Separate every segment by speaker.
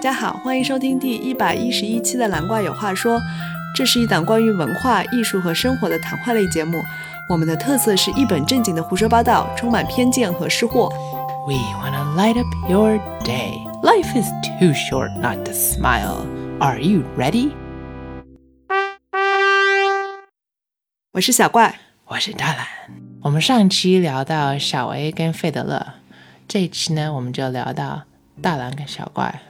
Speaker 1: 家好，欢迎收听第一百一十一期的《蓝怪有话说》，这是一档关于文化艺术和生活的谈话类节目。我们的特色是一本正经的胡说八道，充满偏见和失货。
Speaker 2: We want to light up your day. Life is too short not to smile. Are you ready?
Speaker 1: 我是小怪，
Speaker 2: 我是大懒。我们上期聊到小 A 跟费德勒，这一期呢，我们就聊到大懒跟小怪。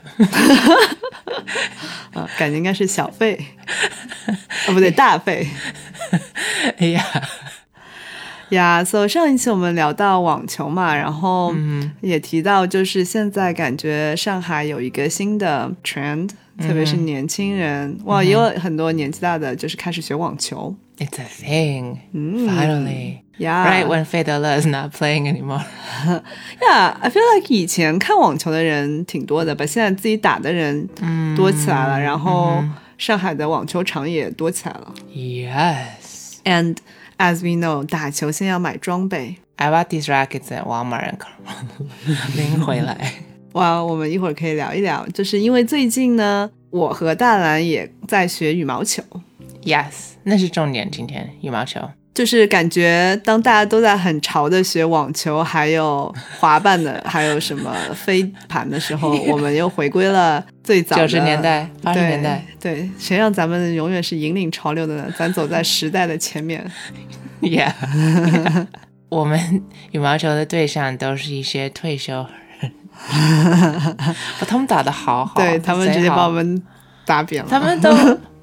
Speaker 1: 啊，感觉应该是小 费，啊，不对，大费
Speaker 2: 哎呀，
Speaker 1: 呀。所、以上一期我们聊到网球嘛，然后
Speaker 2: 嗯
Speaker 1: 也提到，就是现在感觉上海有一个新的 trend，特
Speaker 2: 嗯
Speaker 1: 别是年轻人，哇，也有很多年纪大的就是开始学网球。
Speaker 2: ，It's a thing.
Speaker 1: 嗯
Speaker 2: Finally.
Speaker 1: Yeah.
Speaker 2: Right when 费德勒 is not playing anymore.
Speaker 1: Yeah, I feel like 以前看网球的人挺多的，把现在自己打的人多起来
Speaker 2: Mm-hmm.
Speaker 1: 了，然后上海的网球场也多起来了。
Speaker 2: Yes.
Speaker 1: And as we know，打球先要买装备。
Speaker 2: I bought these rackets at Walmart and Carl. 拎回来。
Speaker 1: Hmm. 哇，我们一会儿可以聊一聊，就是因为最近呢，我和大兰也在学羽毛球，
Speaker 2: Yes，那是重点。今天羽毛球。
Speaker 1: 就是感觉当大家都在很潮的学网球，还有滑板的，还有什么飞盘的时 候，我们又回归了最早的
Speaker 2: 九十年代、八十
Speaker 1: 对
Speaker 2: 年代
Speaker 1: 对，谁让咱们永远是引领潮流的呢？咱走在时代的前 面。
Speaker 2: ，Yeah，, 我们羽毛球的对象都是一些退休 人，不他们打的好好，
Speaker 1: 对他们直接
Speaker 2: 贼好
Speaker 1: 把我，们打扁了。
Speaker 2: 他们都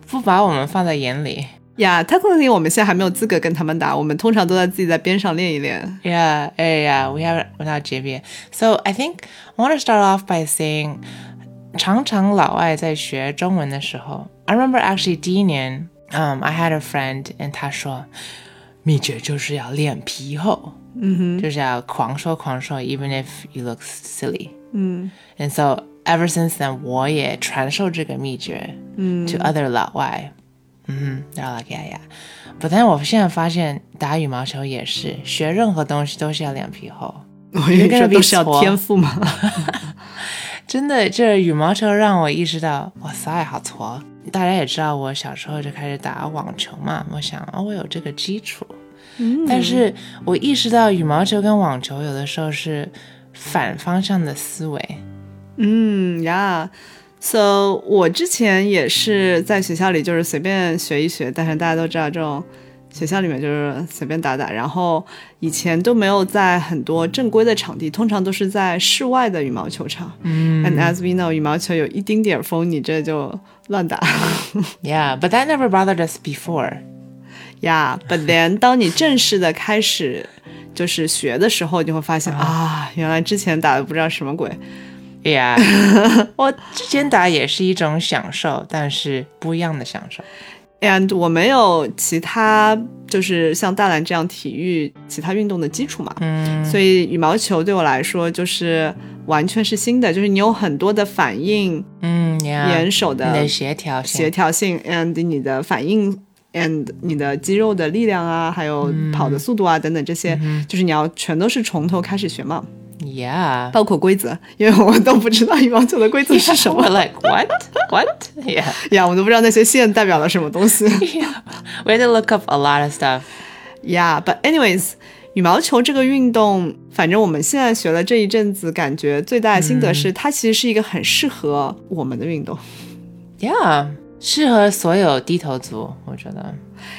Speaker 2: 不把我们放在眼里。
Speaker 1: 呀，他可能我们现在还没有资格跟他们打，我们通常都在自己在边上练一练。
Speaker 2: Yeah, eh, yeah, we have it without JB. So I think I want to start off by saying，常常老外在学中文的时候，I remember actually 第一年，um, I had a friend and 他说，秘诀就是要脸皮厚，嗯哼，就是要狂说狂说，even if you look silly，
Speaker 1: 嗯
Speaker 2: And so ever since then，我也传授这个秘诀，嗯，to other 老外，嗯哼，they're like yeah yeah。But then 我现在发现打羽毛球也是，学任何东西都是要脸皮厚。
Speaker 1: 我以为你
Speaker 2: You're
Speaker 1: 说
Speaker 2: gonna
Speaker 1: 都是
Speaker 2: be
Speaker 1: 要
Speaker 2: 挫
Speaker 1: 天赋嘛。
Speaker 2: 真的，这羽毛球让我意识到，哇塞，好挫！大家也知道，我小时候就开始打网球嘛，我想，哦，我有这个基础。但是我意识到，羽毛球跟网球有的时候是反方向的思维。
Speaker 1: 嗯呀。So，我之前也是在学校里就是随便学一学，但是大家都知道这种学校里面就是随便打打，然后以前都没有在很多正规的场地，通常都是在室外的羽毛球场。嗯，And as we know，羽毛球有一丁点儿风，你这就乱打。
Speaker 2: Yeah, but that never bothered us before.
Speaker 1: Yeah, but then 当你正式的开始就是学的时候，你会发现啊，原来之前打的不知道什么鬼。
Speaker 2: Yeah，我之前打也是一种享受，但是不一样的享受。
Speaker 1: And 我没有其他，就是像大兰这样体育其他运动的基础嘛，
Speaker 2: 嗯
Speaker 1: 所以羽毛球对我来说就是完全是新的，就是你有很多的反应、
Speaker 2: 嗯，Yeah，
Speaker 1: 眼手
Speaker 2: 嗯你的嗯
Speaker 1: 的
Speaker 2: 协调
Speaker 1: 协
Speaker 2: 性。
Speaker 1: 调性，and 你的反应，and 你的肌肉的力量啊，还有跑的速度啊等等这
Speaker 2: 嗯
Speaker 1: 些，就是你要全都是从头开始学嘛，
Speaker 2: Yeah，
Speaker 1: 包括规则，因为我都不知道羽毛球的规则是什 么
Speaker 2: We're like what? What? Yeah.
Speaker 1: 呀，我都不知道那些线代表了什么东西。
Speaker 2: yeah. We had to look up a lot of stuff.
Speaker 1: Yeah, but anyways，羽毛球这个运动，反正我们现在学了这一阵子，感觉最大的心
Speaker 2: 嗯
Speaker 1: 得是，它其实是一个很适合我们的运动。
Speaker 2: Yeah，适合所有低头族，我觉得。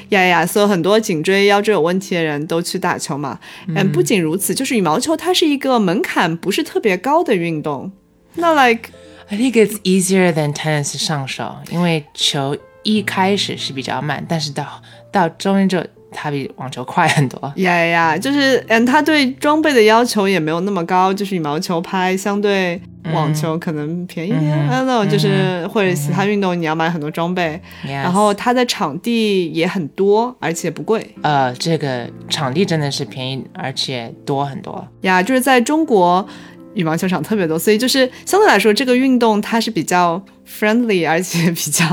Speaker 1: 呀呀，所以很多颈椎、腰椎有问题的人都去打球嘛。嗯，不仅如此，就是羽毛球它是一个门槛不是特别高的运动。那 like
Speaker 2: I think it's easier than tennis 上手，因为球一开始是比较慢，但是到到中间就它比网球快很多。
Speaker 1: 呀呀呀，就是嗯，它对装备的要求也没有那么高，就是羽毛球拍相对网球可能便宜一点、
Speaker 2: 嗯
Speaker 1: i don't know，就是或者其他运动你要买很多装备。
Speaker 2: Yeah，
Speaker 1: 然后它的场地也很多，而且不贵
Speaker 2: 呃，这个场地真的是便宜，而且多很多。
Speaker 1: 呀。就是在中国，羽毛球场特别多，所以就是相对来说，这个运动它是比较 friendly，而且比较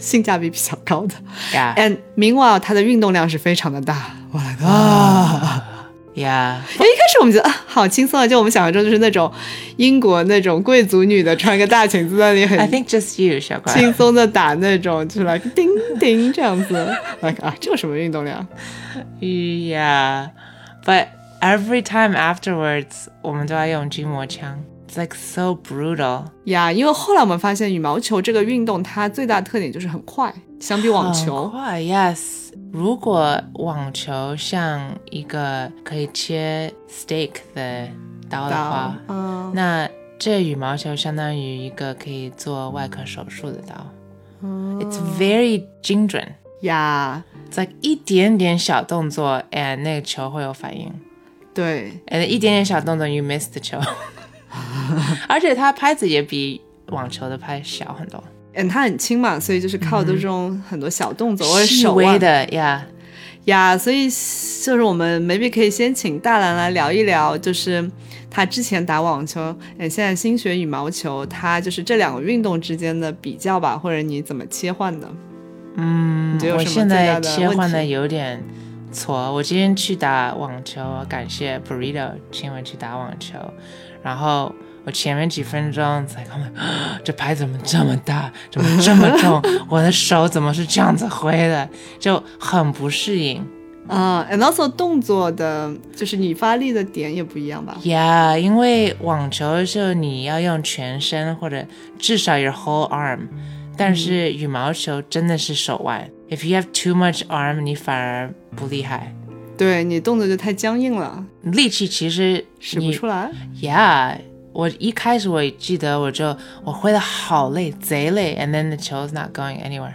Speaker 1: 性价比比较高的。
Speaker 2: 呀
Speaker 1: And meanwhile，它的运动量是非常的大。我来个
Speaker 2: 啊 Yeah.
Speaker 1: 因为一开始我们觉得啊，好轻松啊，就我们想象中就是那种英国那种贵族女的，穿个大裙子在那 里很
Speaker 2: I think just you, 小乖。
Speaker 1: 轻松的打那种，就 like 叮叮这样子，like 啊，这有什么运动量？
Speaker 2: Yeah. But every time afterwards, 我们都要用筋膜枪. It's like so brutal.
Speaker 1: 呀、因为后来我们发现羽毛球这个运动它最大特点就是很快，相比网球，
Speaker 2: 很快, yes. 如果网球像一个可以切 steak 的刀的话，
Speaker 1: 嗯
Speaker 2: 那这羽毛球相当于一个可以做外科手术的刀。It's
Speaker 1: 嗯
Speaker 2: very 精准。
Speaker 1: 呀
Speaker 2: It's like 一点点小动作，and 那个球会有反应
Speaker 1: 对，
Speaker 2: ，and 一点点小动作，you miss the 球。 而且它拍子也比网球的拍小很多，
Speaker 1: 嗯，它很轻嘛，所以就是靠这种很多小动作或者
Speaker 2: 嗯细
Speaker 1: 手腕
Speaker 2: 微的呀。
Speaker 1: 呀，所以就是我们 maybe 可以先请大兰来聊一聊，就是他之前打网球，哎，现在新学羽毛球，他就是这两个运动之间的比较吧，或者你怎么切换的？
Speaker 2: 嗯
Speaker 1: 你觉得，有
Speaker 2: 我
Speaker 1: 什么
Speaker 2: 现
Speaker 1: 最大的
Speaker 2: 在切
Speaker 1: 问
Speaker 2: 换的
Speaker 1: 题
Speaker 2: 有点挫。我今天去打网球，感谢 Burrito 请我去打网球，然后我前面几分钟才看到， 这拍怎么这么大，怎么这么重， 我的手怎么是这样子挥的，就很不适应。
Speaker 1: 啊、a n d also 动作的，就是你发力的点也不一样吧？
Speaker 2: Yeah，因为网球就你要用全身或者至少 your whole arm，但是羽毛球真的是手腕。If you have too much arm，你反而不厉害，
Speaker 1: 对你动作就太僵硬了，
Speaker 2: 力气其实
Speaker 1: 使不
Speaker 2: 你
Speaker 1: 出来。
Speaker 2: Yeah，我一开始我记得我就我挥的好累，贼累，and then the chill's not going anywhere 。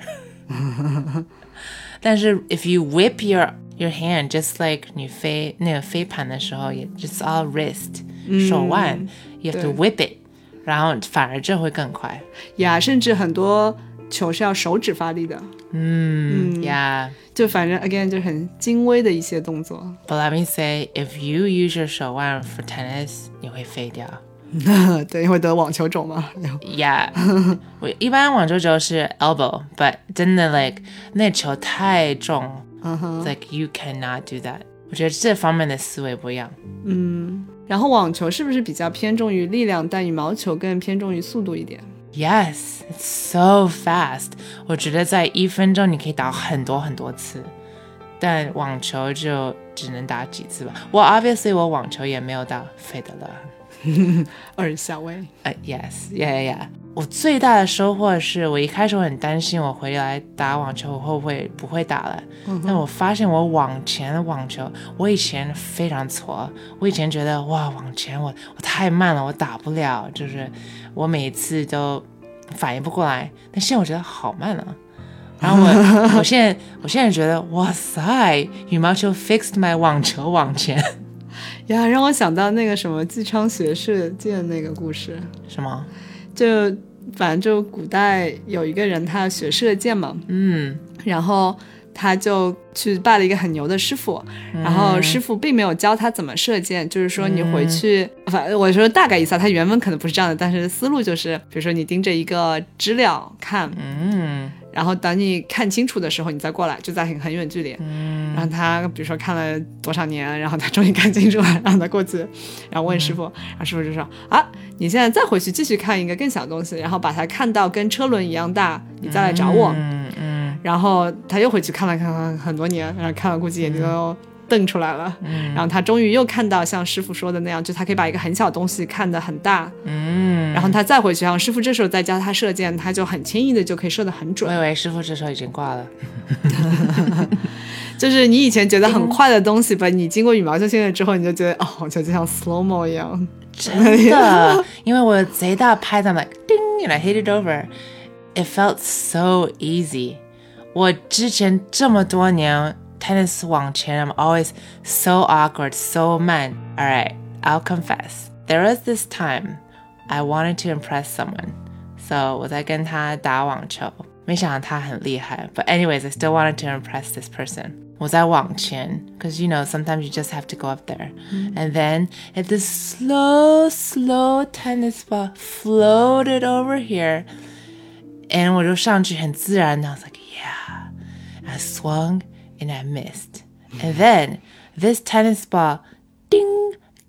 Speaker 2: 但是 if you whip your your hand just like 你飞那个飞盘的时候，也 just all wrist、手腕，you have to whip it，然后反而这会更快。
Speaker 1: 呀，甚至很多球是要手指发力的，
Speaker 2: 嗯，Yeah。
Speaker 1: 就反正 again 就是很精微的一些动作。
Speaker 2: But let me say, if you use your 手腕 for tennis，你会飞掉。
Speaker 1: 对，会得网球肿嘛？
Speaker 2: Yeah，我 一般网球球是 elbow，but 真的 like 那球太重、
Speaker 1: 嗯哼。
Speaker 2: l i k e you cannot do that。我觉得这方面的思维不一样。
Speaker 1: 然后网球是不是比较偏重于力量，但羽毛球更偏重于速度一点？
Speaker 2: Yes, it's so fast。我觉得在一分钟你可以打很多很多次，但网球就只能打几次吧。我 obviously 我网球也没有到费德勒。
Speaker 1: 二下位，
Speaker 2: 呃、y e s yeah, yeah, yeah。我最大的收获是我一开始我很担心我回来打网球我会不会不会打了，但我发现我网前的网球，我以前非常挫，我以前觉得哇网前我我太慢了，我打不了，就是我每次都反应不过来，但现在我觉得好慢啊。然后我我现在我现在觉得哇塞，羽毛球 fixed my 网球网前
Speaker 1: 呀，让我想到那个什么纪昌学射箭那个故事，
Speaker 2: 什么？
Speaker 1: 就反正就古代有一个人他学射箭嘛，
Speaker 2: 嗯，
Speaker 1: 然后他就去拜了一个很牛的师傅，然后师傅并没有教他怎么射箭，就是说你回去，反正我说大概意思啊，他原文可能不是这样的，但是思路就是，比如说你盯着一个知了看，
Speaker 2: 嗯
Speaker 1: 然后等你看清楚的时候，你再过来，就在很很远距离。
Speaker 2: 嗯
Speaker 1: 然后他比如说看了多少年，然后他终于看清楚了，让他过去，然后问师傅，
Speaker 2: 嗯
Speaker 1: 然后师傅就说啊，你现在再回去继续看一个更小的东西，然后把它看到跟车轮一样大，你再来找我。
Speaker 2: 嗯嗯。
Speaker 1: 然后他又回去看了看看很多年，然后看了估
Speaker 2: 嗯
Speaker 1: 计眼睛都瞪出来了。然后他终于又看到像师傅说的那样，就他可以把一个很小的东西看得很大，
Speaker 2: 嗯，
Speaker 1: 然后他再回去，然后师傅这时候再教他射箭，他就很轻易的就可以射得很准
Speaker 2: 我。以为师傅这时候已经挂了。
Speaker 1: 就是你以前觉得很快的东西吧，你经过羽毛球训练之后，你就觉得哦，网球就像 slow mo 一样。
Speaker 2: 真的，因为我贼大拍的 like ding and I hit it over. It felt so easy. 我之前这么多年 tennis 往前，I'm always so awkward, so 慢。All right, I'll confess. There was this time I wanted to impress someone. So 我在跟他打网球，没想到他很厉害。But anyways, I still wanted to impress this person. 我在网前，cause you know sometimes you just have to go up there. And then if this slow, slow tennis ball floated over here, and 我就上去很自然的，I was like yeah. I swung and I missed. And then this tennis ball 叮，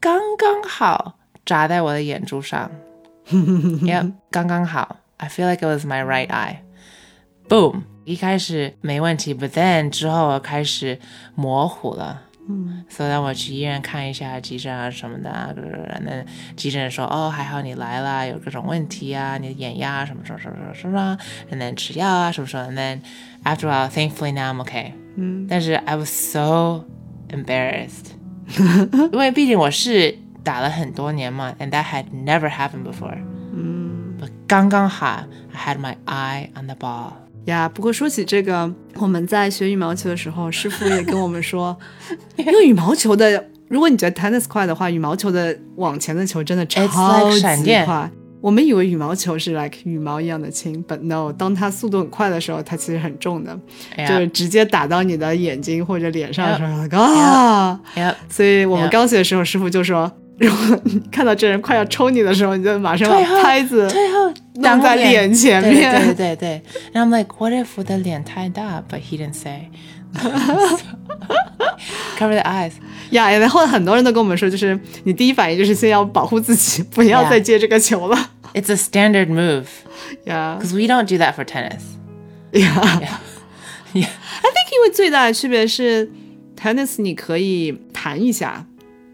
Speaker 2: 刚刚好砸在我的眼珠上。yep，刚刚好。I feel like it was my right eye. Boom，一开始没问题，but then 之后我开始模糊了。
Speaker 1: 嗯，
Speaker 2: 所以让我去医院看一下急诊啊什么的啊，那急诊说哦还好你来了，有各种问题啊，你的眼压啊什么什么什么什么什么，and then 吃药啊什么什么，and then after a while thankfully now I'm okay。
Speaker 1: 嗯，
Speaker 2: 但是 I was so embarrassed，因为毕竟我是打了很多年嘛，and that had never happened before。嗯，but 刚刚好，I had my eye on the ball。
Speaker 1: 呀，不过说起这个，我们在学羽毛球的时候，师傅也跟我们 说，因为羽毛球的，如果你觉得 tennis 快的话，羽毛球的往前的球真的
Speaker 2: It's
Speaker 1: 超
Speaker 2: like
Speaker 1: 级
Speaker 2: 闪电
Speaker 1: 快。我们以为羽毛球是 like 羽毛一样的轻，but no，当它速度很快的时候，它其实很重的就是直接打到你的眼睛或者脸上的时候，like 啊
Speaker 2: Yep，
Speaker 1: 所以我们
Speaker 2: Yeah.
Speaker 1: 刚学的时候，师傅就说， 如果你看到这人快要抽你的时候，你就马上
Speaker 2: 退后
Speaker 1: 把拍子
Speaker 2: 最后
Speaker 1: 弄在脸前
Speaker 2: 对
Speaker 1: 面。
Speaker 2: 对对对对。And I'm like, what if 我的脸太大？But he didn't say. Cover the eyes.
Speaker 1: 呀，然后很多人都跟我们说，就是你第一反应就是先要保护自己， 不要
Speaker 2: Yeah.
Speaker 1: 再接这个球了。
Speaker 2: It's a standard move
Speaker 1: 呀
Speaker 2: because we don't do that for tennis.
Speaker 1: 呀
Speaker 2: Yeah. Yeah.
Speaker 1: 因为最大的区别是，tennis 你可以弹一下，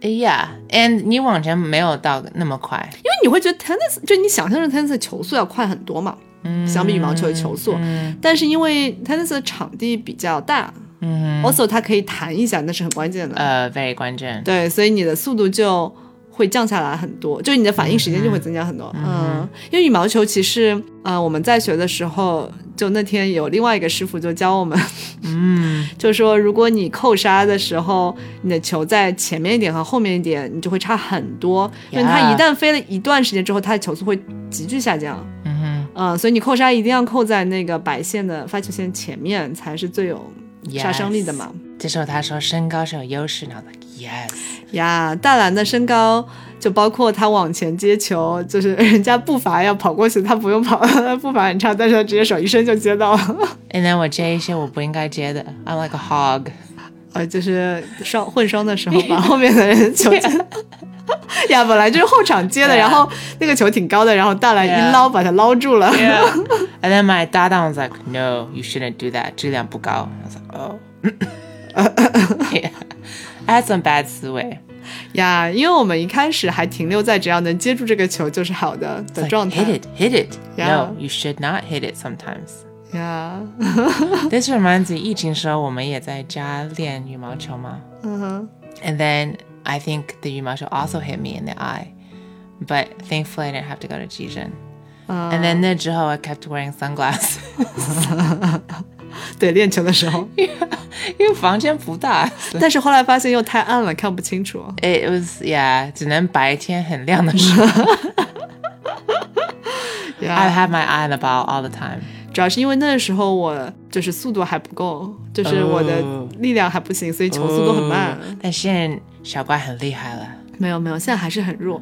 Speaker 2: Yeah, and 你往前没有到那么快，
Speaker 1: 因为你会觉得 tennis 就你想象中 tennis 的球速要快很多嘛，
Speaker 2: 嗯
Speaker 1: 相比羽毛球的球速。
Speaker 2: 嗯
Speaker 1: 但是因为 tennis 的场地比较大、
Speaker 2: 嗯
Speaker 1: a l s o 它可以弹一下，那是很关键的。
Speaker 2: 呃，very Uh, 关键，
Speaker 1: 对，所以你的速度就会降下来很多，就是你的反应时间就会增加很多。嗯，因为羽毛球其实，呃，我们在学的时候，就那天有另外一个师傅就教我们，
Speaker 2: 嗯
Speaker 1: 就说如果你扣杀的时候，你的球在前面一点和后面一点，你就会差很多，因为它一
Speaker 2: Yeah
Speaker 1: 旦飞了一段时间之后，它的球速会急剧下降。
Speaker 2: 嗯哼
Speaker 1: 嗯，所以你扣杀一定要扣在那个白线的发球线前面，才是最有杀伤力的嘛。
Speaker 2: 这时候他说身高是有优势，然后我 like yes，
Speaker 1: 呀，大蓝的身高就包括他往前接球，就是 人家步伐要跑过去，他不用跑，他步伐很差，但是他直接手一伸就接到了。
Speaker 2: And then 我接一些我不应该接的，I'm like a hog。
Speaker 1: 呃，就是双混双的时候 把后面的人球接。 呀，本来就是后场接的，
Speaker 2: 对啊
Speaker 1: 然后那个球挺高的，然后大蓝
Speaker 2: 对啊
Speaker 1: 一捞把他捞住了。
Speaker 2: Yeah. And then my 搭档 was like, "No, you shouldn't do that. 质量不高。" I was like, "Oh." yeah. I had some bad 思维
Speaker 1: 呀，因为我们一开始还停留在只要能接住这个球就是好的的
Speaker 2: It's
Speaker 1: 状
Speaker 2: like,
Speaker 1: 态。
Speaker 2: hit it, hit it.
Speaker 1: Yeah.
Speaker 2: No, you should not hit it sometimes.
Speaker 1: 呀，
Speaker 2: This reminds me，疫情时候我们也在家练羽毛球嘛。
Speaker 1: 嗯哼，
Speaker 2: And then I think the 羽毛球 also hit me in the eye. But thankfully I didn't have to go to Jijin.
Speaker 1: 啊
Speaker 2: And then 那之后 I kept wearing sunglasses.
Speaker 1: 对，练球的时候，
Speaker 2: 因为房间不大。
Speaker 1: 但是后来发现又太暗了，看不清楚。
Speaker 2: It was yeah，只能白天很亮的时 候。
Speaker 1: 呀
Speaker 2: I had my eye on the ball all the time.
Speaker 1: 主要是因为那时候我就是速度还不够，就是
Speaker 2: 哦
Speaker 1: 我的力量还不行，所以球速都很慢。
Speaker 2: 但现在小怪很厉害了，
Speaker 1: 没有没有，现在还是很弱。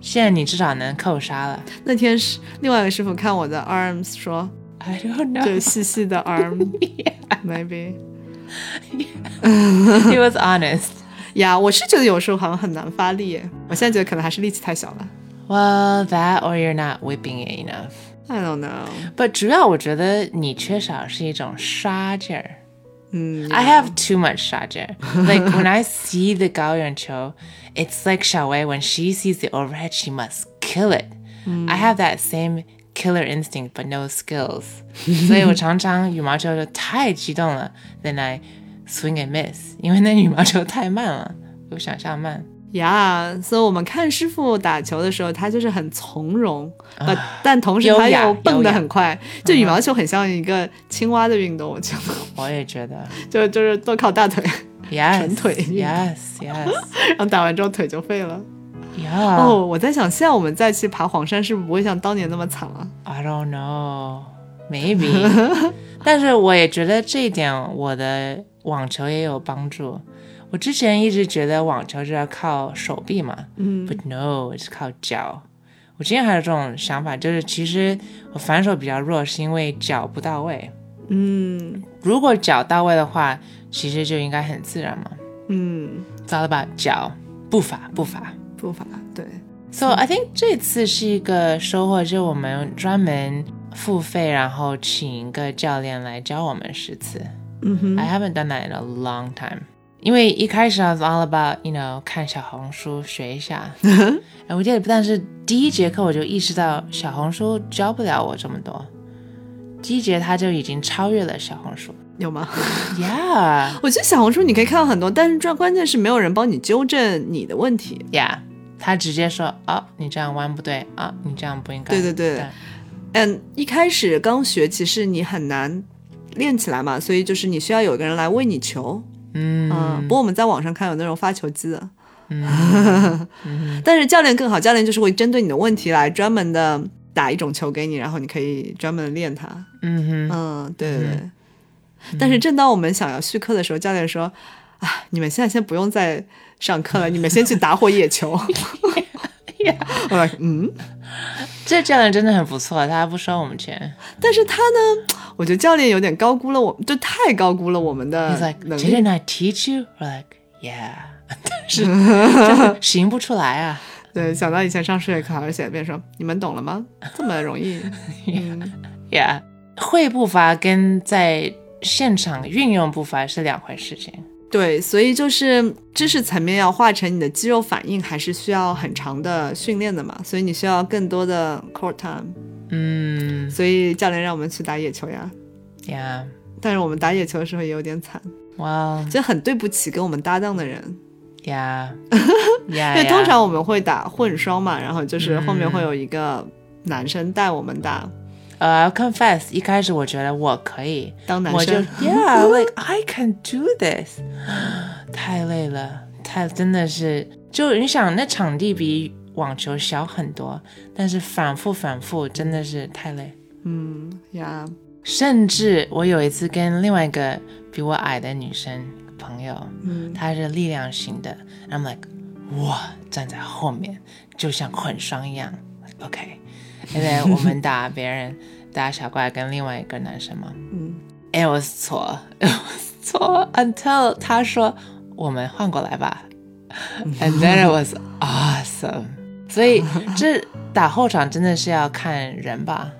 Speaker 2: 现在你至少能扣杀了。
Speaker 1: 那天是另外一个师傅看我的 arms 说，
Speaker 2: I don't
Speaker 1: 就
Speaker 2: know.
Speaker 1: 是细细的 arm，maybe。
Speaker 2: He was honest.
Speaker 1: 呀我是觉得有时候好像很难发力耶，我现在觉得可能还是力气太小了。
Speaker 2: Well, that or you're not whipping it enough.
Speaker 1: I don't know。
Speaker 2: But 主要我觉得你缺少是一种杀劲儿。
Speaker 1: 嗯
Speaker 2: I have too much 杀 劲儿。Like when I see the 高远球，it's like 小薇 when she sees the overhead, she must kill it.
Speaker 1: Mm.
Speaker 2: I have that same killer instinct but no skills. 所以我常常羽毛球就太激动了，then I swing and miss，因为那羽毛球太慢了，比我想象慢。
Speaker 1: 呀，所以我们看师傅打球的时候，他就是很从容，呃，但同时他
Speaker 2: 啊优雅
Speaker 1: 又蹦
Speaker 2: 优
Speaker 1: 得
Speaker 2: 雅
Speaker 1: 很快。就羽毛球很像一个青蛙的运动，我觉得。
Speaker 2: 我也觉得
Speaker 1: 就就是都靠大腿，
Speaker 2: ，yes，
Speaker 1: 腿
Speaker 2: ，yes yes
Speaker 1: 然后打完之后腿就废了。
Speaker 2: yeah。
Speaker 1: 哦，我在想，现在我们再去爬黄山，是不是不会像当年那么惨了？
Speaker 2: I don't know, maybe 。但是我也觉得这一点，我的网球也有帮助。我之前一直觉得网球就要靠手臂嘛，嗯，But no，是靠脚。我之前还有这种想法，就是其实我反手比较弱，是因为脚不到位。
Speaker 1: 嗯
Speaker 2: 如果脚到位的话，其实就应该很自然嘛。
Speaker 1: 嗯
Speaker 2: It's all about 脚。步伐步伐。
Speaker 1: 步伐，对，
Speaker 2: So I think 这次是一个收获，就是我们专门付费，然后请一个教练来教我们十次。
Speaker 1: 嗯哼，
Speaker 2: I haven't done that in a long time. 因为一开始 I was all about you know 看小红书学 一下，然后我记得，但是第一节课我就意识到小红书教不了我这么多。第一节它就已经超越了小 红书
Speaker 1: 有吗？
Speaker 2: ，Yeah
Speaker 1: 我觉得小红书你可以看到很多，但是关关键是没有人帮你纠正你的问题。
Speaker 2: Yeah，它直接说哦，你这样弯不对啊、你这样不应该。
Speaker 1: 对对对
Speaker 2: 对
Speaker 1: 嗯，一开始刚学，其实你很难练起来嘛，所以就是你需要有个人来为你求。
Speaker 2: 嗯
Speaker 1: 嗯，不过我们在网上看有那种发球机的，
Speaker 2: 嗯
Speaker 1: 但是教练更好，教练就是会针对你的问题来专门的打一种球给你，然后你可以专门练它。
Speaker 2: 嗯哼。
Speaker 1: 嗯，对对对。但是正当我们想要续课的时候，教练说：“啊，你们现在先不用再上课了，你们先去打火野 球。” 我说嗯，
Speaker 2: 这教练真的很不错，他不收我们钱。
Speaker 1: 但是他呢，我觉得教练有点高估了我，就太高估了我们
Speaker 2: He's
Speaker 1: 的
Speaker 2: like,
Speaker 1: 嗯能
Speaker 2: did
Speaker 1: 力。
Speaker 2: n I teach you? We're like, yeah，但 是真的行不出来啊。
Speaker 1: 对，想到以前上数学课，而且别人说你们懂了吗？这么容 易？嗯，
Speaker 2: Yeah，会步伐跟在现场运用步伐是两回事情。
Speaker 1: 对，所以就是知识层面要化成你的肌肉反应，还是需要很长的训练的嘛。所以你需要更多的 core time。
Speaker 2: 嗯
Speaker 1: 所以教练让我们去打野球呀。但是我们打野球的时候也有点惨，
Speaker 2: ，Yeah，Well，Yeah，Yeah，
Speaker 1: 就很对不起跟我们搭档的人，
Speaker 2: 哎
Speaker 1: 因为通常我们会打混双嘛，然后就是后面
Speaker 2: 嗯
Speaker 1: 会有一个男生带我们打，
Speaker 2: 呃、i confess，一开始我觉得我可以，
Speaker 1: 当男
Speaker 2: 我就
Speaker 1: 生
Speaker 2: Yeah，like I can do this，太累了，太真的是，就你想那场地比网球小很多，但是反复反复真的是太累。
Speaker 1: 嗯呀，
Speaker 2: 甚至我有一次跟另外一个比我矮的女生朋友，
Speaker 1: 嗯
Speaker 2: 她是力量型的，I'm like，哇，站在后面就像混双一样，OK。因为我们打别人，打小怪跟另外一个男生嘛，
Speaker 1: 嗯，
Speaker 2: It was 哎错，It was 错，until 他说我们换过 来吧，and then it was awesome。所以这打后场真的是要看人吧，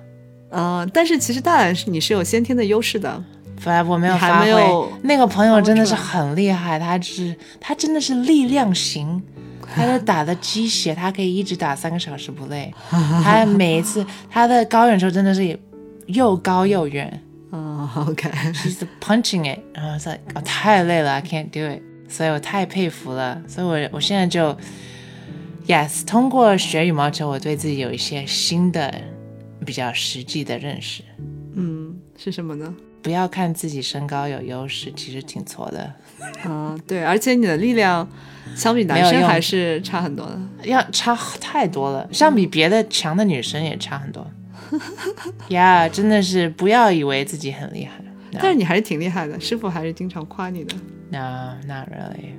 Speaker 1: 呃，但是其实大胆是你是有先天的优势的，
Speaker 2: 反正我没有
Speaker 1: 你还
Speaker 2: 发
Speaker 1: 没
Speaker 2: 挥
Speaker 1: 有。
Speaker 2: 那个朋友真的是
Speaker 1: 发挥
Speaker 2: 很厉害，他是他真的是力量型，他就打的鸡血，他可以一直打三个小时不 累。他每一次他的高远球真的是也又高又远。
Speaker 1: 嗯，OK，
Speaker 2: she's punching it，然后 it's like 我、太累了，I can't do it，所以我太佩服了，所以我我现在就，yes，通过学羽毛球，我对自己有一些新的、比较实际的认识。
Speaker 1: 嗯，是什么呢？
Speaker 2: 不要看自己身高有优势，其实挺挫的。
Speaker 1: 啊、对，而且你的力量相比男
Speaker 2: 没有
Speaker 1: 生
Speaker 2: 用
Speaker 1: 还是差很多的。
Speaker 2: 要差太多了，相比别的强的女生也差很多。呀、真的是不要以为自己很厉害。No.
Speaker 1: 但是你还是挺厉害的，师傅还是经常夸你的。
Speaker 2: No, not really。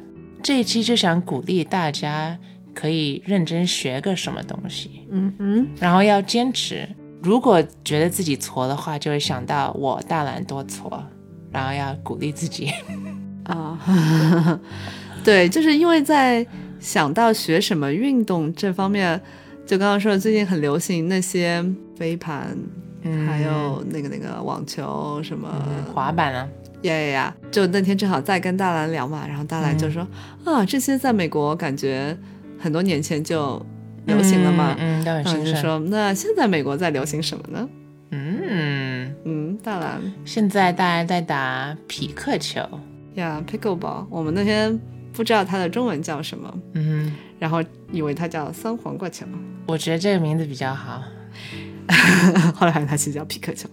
Speaker 2: 这一期就想鼓励大家可以认真学个什么东西，
Speaker 1: 嗯嗯，
Speaker 2: 然后要坚持。如果觉得自己挫的话，就会想到我大懒多挫，然后要鼓励自己。
Speaker 1: 啊、 对，就是因为在想到学什么运动这方面，就刚刚说的，最近很流行那些飞盘，还有呃那个那个网球什么，
Speaker 2: 嗯滑板啊，
Speaker 1: 呀呀呀！就那天正好在跟大兰聊嘛，然后大兰就
Speaker 2: 嗯
Speaker 1: 说、啊，这些在美国感觉很多年前就流行了嘛，
Speaker 2: 嗯，嗯都很
Speaker 1: 然后我
Speaker 2: 兴
Speaker 1: 就
Speaker 2: 奋。
Speaker 1: 说那现在美国在流行什么呢？
Speaker 2: 嗯，
Speaker 1: 嗯，大兰
Speaker 2: 现在大家在打匹克球。
Speaker 1: 呀，pickleball，我们那天不知道它的中文叫什么。
Speaker 2: 嗯，
Speaker 1: 然后以为它叫酸黄瓜球，
Speaker 2: 我觉得这个名字比较好。
Speaker 1: 后来发现它其实叫皮克球。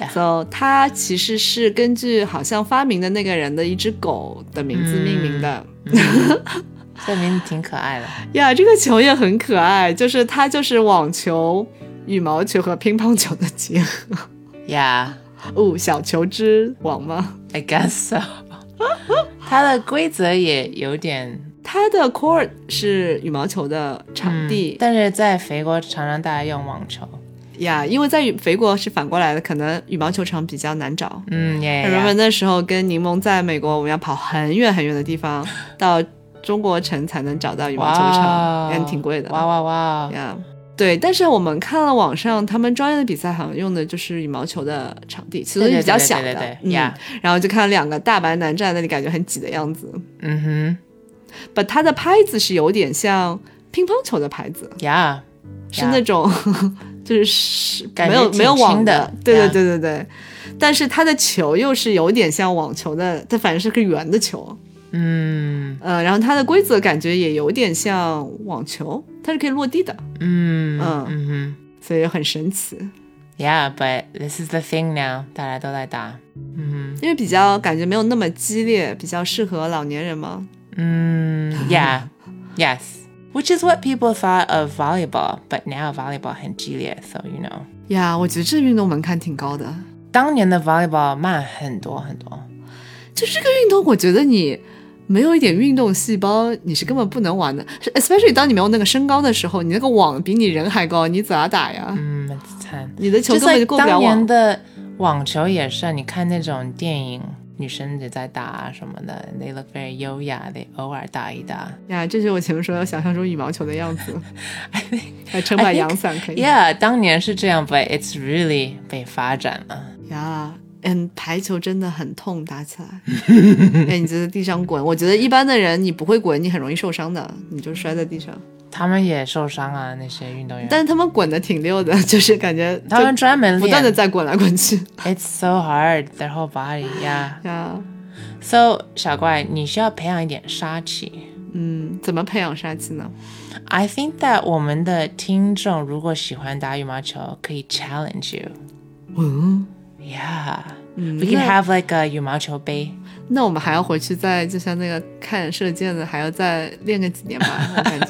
Speaker 2: Yeah.
Speaker 1: So 它其实是根据好像发明的那个人的一只狗的名字命名
Speaker 2: 嗯
Speaker 1: 的。
Speaker 2: 这个名字挺可爱的。
Speaker 1: 呀这个球也很可爱，就是它就是网球、羽毛球和乒乓球的结合。哦，小球之王吗？
Speaker 2: Yeah，I guess so 。它的规则也有点
Speaker 1: 它的 court 是羽毛球的场地
Speaker 2: 嗯，但是在肥国常常大家用网球。
Speaker 1: 呀因为在羽肥国是反过来的，可能羽毛球场比较难找。
Speaker 2: 嗯，也
Speaker 1: 我们那时候跟柠檬在美国，我们要跑很远很远的地方，到中国城才能找到羽毛球
Speaker 2: 哇哦
Speaker 1: 场，也挺贵的。
Speaker 2: 哇哇哇！
Speaker 1: 呀对，但是我们看了网上他们专业的比赛，好像用的就是羽毛球的场地，其实
Speaker 2: 对对
Speaker 1: 比较
Speaker 2: 对对
Speaker 1: 小
Speaker 2: 对对
Speaker 1: 的，
Speaker 2: 对
Speaker 1: 嗯
Speaker 2: yeah，
Speaker 1: 然后就看两个大白男站在那里，感觉很挤的样子。
Speaker 2: 嗯
Speaker 1: But 它的拍子是有点像乒乓球的拍子，
Speaker 2: 哼，Yeah，
Speaker 1: 是那种 就是是
Speaker 2: 感
Speaker 1: 没
Speaker 2: 觉
Speaker 1: 有
Speaker 2: 挺
Speaker 1: 没有网
Speaker 2: 轻的
Speaker 1: 对对
Speaker 2: ，yeah
Speaker 1: 对对对。但是它的球又是有点像网球的，它反正是个圆的球，
Speaker 2: 嗯
Speaker 1: 呃，然后它的规则感觉也有点像网球，它是可以落地的，
Speaker 2: 嗯
Speaker 1: 嗯
Speaker 2: 嗯哼
Speaker 1: 所以很神奇。
Speaker 2: ，Yeah，but this is the thing now，大家都在打。嗯
Speaker 1: 因为比较感觉没有那么激烈，比较适合老年人嘛。
Speaker 2: 嗯，Yeah，Yes。Which is what people thought of volleyball, but now volleyball 很激烈，so you know。
Speaker 1: 呀我觉得这运动门槛挺高的。
Speaker 2: 当年的 volleyball 慢很多很多，
Speaker 1: 就是这个运动，我觉得你没有一点运动细胞，你是根本不能玩的。是 especially 当你没有那个身高的时候，你那个网比你人还高，你咋打呀？
Speaker 2: 嗯，很惨。
Speaker 1: 你的球
Speaker 2: 就
Speaker 1: 根本
Speaker 2: 是
Speaker 1: 就过不了
Speaker 2: 当
Speaker 1: 网
Speaker 2: 年。的网球也是，你看那种电影，女生也在打啊什么的，they look very 优雅，they 偶尔打一打。
Speaker 1: 呀这就是我前面说要想象中羽毛球的样 子，还撑
Speaker 2: I
Speaker 1: 把
Speaker 2: think-
Speaker 1: 阳伞可以。
Speaker 2: Yeah，当年是这样，but it's really 被发展了。
Speaker 1: 呀嗯，排球真的很痛，打起 来。哎，你就在地上滚，我觉得一般的人你不会滚，你很容易受伤的，你就摔在地上。
Speaker 2: 他们也受伤啊，那些运动员。
Speaker 1: 但是他们滚的挺溜的， 就是感觉
Speaker 2: 他们专门
Speaker 1: 就不断的
Speaker 2: 练
Speaker 1: 在滚来滚去
Speaker 2: ，It's so hard, their whole body. Yeah.
Speaker 1: 呀。
Speaker 2: So 小怪，你需要培养一点杀气。
Speaker 1: 嗯，怎么培养杀气呢？
Speaker 2: I think that 我们的听众如果喜欢打羽毛球，可以 challenge you.
Speaker 1: 嗯，
Speaker 2: Yeah,
Speaker 1: 嗯
Speaker 2: we can
Speaker 1: 那
Speaker 2: have like a 羽毛球杯。
Speaker 1: 那我们还要回去再，就像那个看射箭的，还要再练个几年吧，我感觉。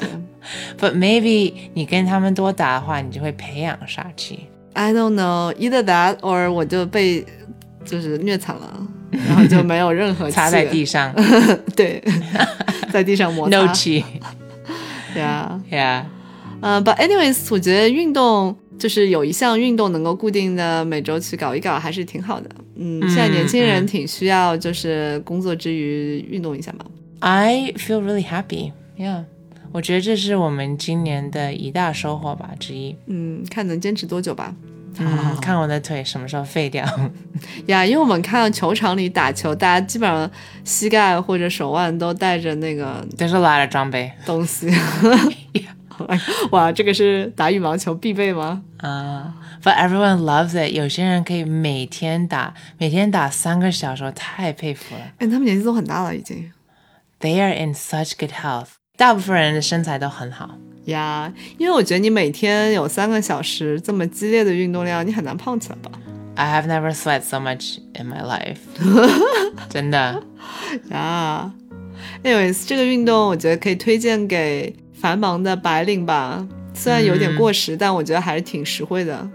Speaker 2: But maybe 你跟他们多打的话，你就会培养杀气。
Speaker 1: I don't know either that or 我就被就是虐惨了，然后就没有任何气
Speaker 2: 擦在地上
Speaker 1: 对，在地上 摩擦。
Speaker 2: ，no 气。
Speaker 1: 对啊，
Speaker 2: Yeah，
Speaker 1: 嗯、b u t anyways，我觉得运动就是有一项运动能够固定的每周去搞一搞，还是挺好的。嗯，现在年轻人挺需要就是工作之余运动一下嘛。
Speaker 2: I feel really happy. Yeah，我觉得这是我们今年的一大收获吧之一。
Speaker 1: 嗯，看能坚持多久吧。啊
Speaker 2: 嗯，看我的腿什么时候废掉。
Speaker 1: 呀，因为我们看球场里打球，大家基本上膝盖或者手腕都带着那个
Speaker 2: There's a lot of 装备。
Speaker 1: 东西。 哇，这个是打羽毛球必备吗？
Speaker 2: 啊、b u t Uh, everyone loves it。有些人可以每天打，每天打三个小时，我太佩服了。
Speaker 1: 哎，他们年纪都很大了，已经。
Speaker 2: They are in such good health。大部分人的身材都很好。
Speaker 1: 呀因为我觉得你每天有三个小时这么激烈的运动量，你很难胖起来吧？
Speaker 2: I have never sweat so much in my life 。真的，
Speaker 1: 呀啊 anyways，这个运动我觉得可以推荐给繁忙的白领吧，虽然有点
Speaker 2: 嗯
Speaker 1: 过时，但我觉得还是挺实惠的。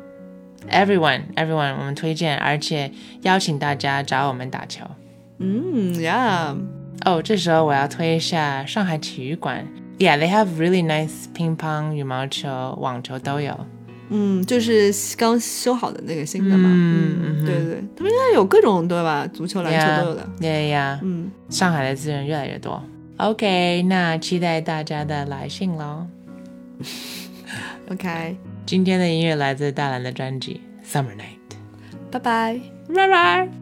Speaker 2: everyone everyone，我们推荐，而且邀请大家找我们打球。
Speaker 1: 嗯呀，
Speaker 2: 哦，这时候我要推一下上海体育馆。Yeah, they have really nice 乒乓、羽毛球、网球都有。
Speaker 1: 嗯，就是刚修好的那个新的嘛。
Speaker 2: 嗯嗯哼
Speaker 1: 对对对，他们应该有各种对吧？足球、篮
Speaker 2: Yeah,
Speaker 1: 球都有的。
Speaker 2: yeah, yeah.
Speaker 1: 嗯，
Speaker 2: 上海的资源越来越多。OK，那期待大家的来信喽。
Speaker 1: OK，
Speaker 2: 今天的音乐来自大蓝的专辑《Summer Night》，
Speaker 1: 拜拜。
Speaker 2: 拜拜。